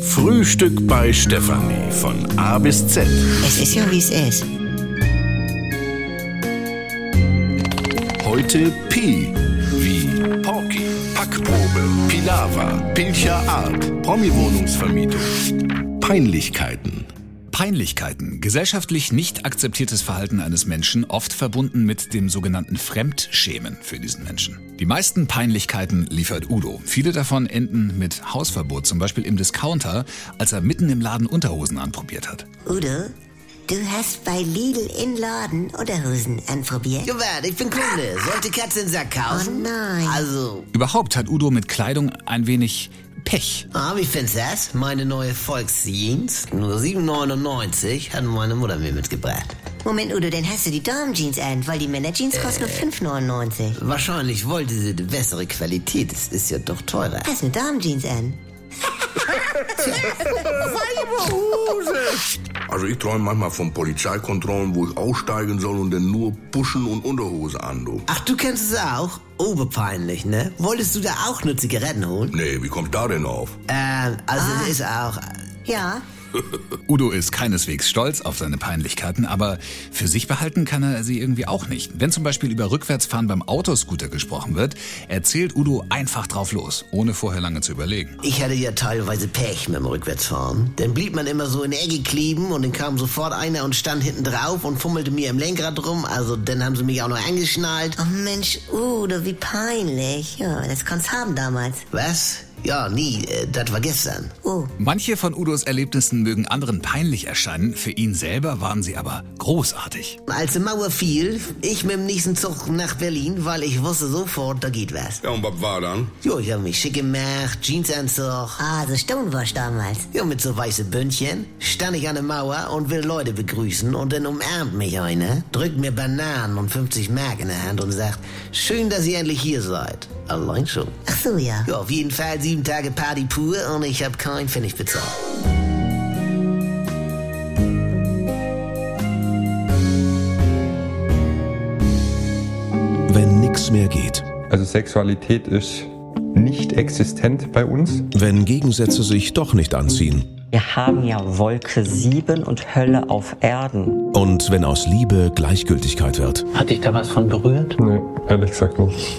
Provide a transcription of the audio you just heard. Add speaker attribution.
Speaker 1: Frühstück bei Stefanie von A bis Z.
Speaker 2: Es ist ja, wie es ist.
Speaker 1: Heute P wie Porky, Packprobe, Pilava, Pilcher Art, Promi-Wohnungsvermietung, Peinlichkeiten.
Speaker 3: Peinlichkeiten, gesellschaftlich nicht akzeptiertes Verhalten eines Menschen, oft verbunden mit dem sogenannten Fremdschämen für diesen Menschen. Die meisten Peinlichkeiten liefert Udo. Viele davon enden mit Hausverbot, zum Beispiel im Discounter, als er mitten im Laden Unterhosen anprobiert hat.
Speaker 2: Udo, du hast bei Lidl im Laden Unterhosen anprobiert.
Speaker 4: Robert, ich bin Kunde. Sollte Katze in den Sack kaufen?
Speaker 2: Oh nein.
Speaker 4: Also,
Speaker 3: Überhaupt hat Udo mit Kleidung ein wenig Pech.
Speaker 4: ah, wie findest du das? Meine neue Volksjeans, nur 7,99, hat meine Mutter mir mitgebracht.
Speaker 2: Moment, Udo, dann hast du die Damenjeans an, weil die Männerjeans kosten nur 5,99.
Speaker 4: Wahrscheinlich wollte sie die bessere Qualität. Es ist ja doch teurer.
Speaker 2: Hast eine Damenjeans an.
Speaker 5: Also ich träume manchmal von Polizeikontrollen, wo ich aussteigen soll und dann nur Buschen und Unterhose andu.
Speaker 4: Ach, du kennst es auch? Oberpeinlich, ne? Wolltest du da auch nur Zigaretten holen?
Speaker 5: Nee, wie kommst du da denn auf?
Speaker 4: Ähm, also
Speaker 2: Ah.
Speaker 4: das ist auch...
Speaker 2: Ja,
Speaker 3: Udo ist keineswegs stolz auf seine Peinlichkeiten, aber für sich behalten kann er sie irgendwie auch nicht. Wenn zum Beispiel über Rückwärtsfahren beim Autoscooter gesprochen wird, erzählt Udo einfach drauf los, ohne vorher lange zu überlegen.
Speaker 4: Ich hatte ja teilweise Pech mit dem Rückwärtsfahren. Dann blieb man immer so in der Ecke kleben und dann kam sofort einer und stand hinten drauf und fummelte mir im Lenkrad rum. Also dann haben sie mich auch noch angeschnallt.
Speaker 2: Oh Mensch, Udo, wie peinlich. Ja, das konnt's haben damals.
Speaker 4: Was? Ja, nie. äh, Das war gestern.
Speaker 2: Oh,
Speaker 3: Manche von Udos Erlebnissen mögen anderen peinlich erscheinen, für ihn selber waren sie aber großartig.
Speaker 4: Als die Mauer fiel, ich mit dem nächsten Zug nach Berlin, weil ich wusste sofort, da geht was.
Speaker 5: Ja, und was war dann?
Speaker 4: Jo, ich habe mich schick gemacht, Jeansanzug.
Speaker 2: ah, so Stonewash damals.
Speaker 4: Ja, mit so weißen Bündchen stand ich an der Mauer und will Leute begrüßen und dann umarmt mich einer, drückt mir Bananen und 50 Mark in der Hand und sagt, schön, dass ihr endlich hier seid. Allein schon.
Speaker 2: Ach so, ja.
Speaker 4: Ja, auf jeden Fall sieben Tage Party pur und ich habe keinen Pfennig bezahlt.
Speaker 6: Wenn nix mehr geht.
Speaker 7: Also Sexualität ist nicht existent bei uns.
Speaker 6: Wenn Gegensätze sich doch nicht anziehen.
Speaker 8: Wir haben ja Wolke 7 und Hölle auf Erden.
Speaker 6: Und wenn aus Liebe Gleichgültigkeit wird.
Speaker 9: Hat dich da was von berührt?
Speaker 7: Nee, ehrlich gesagt nicht.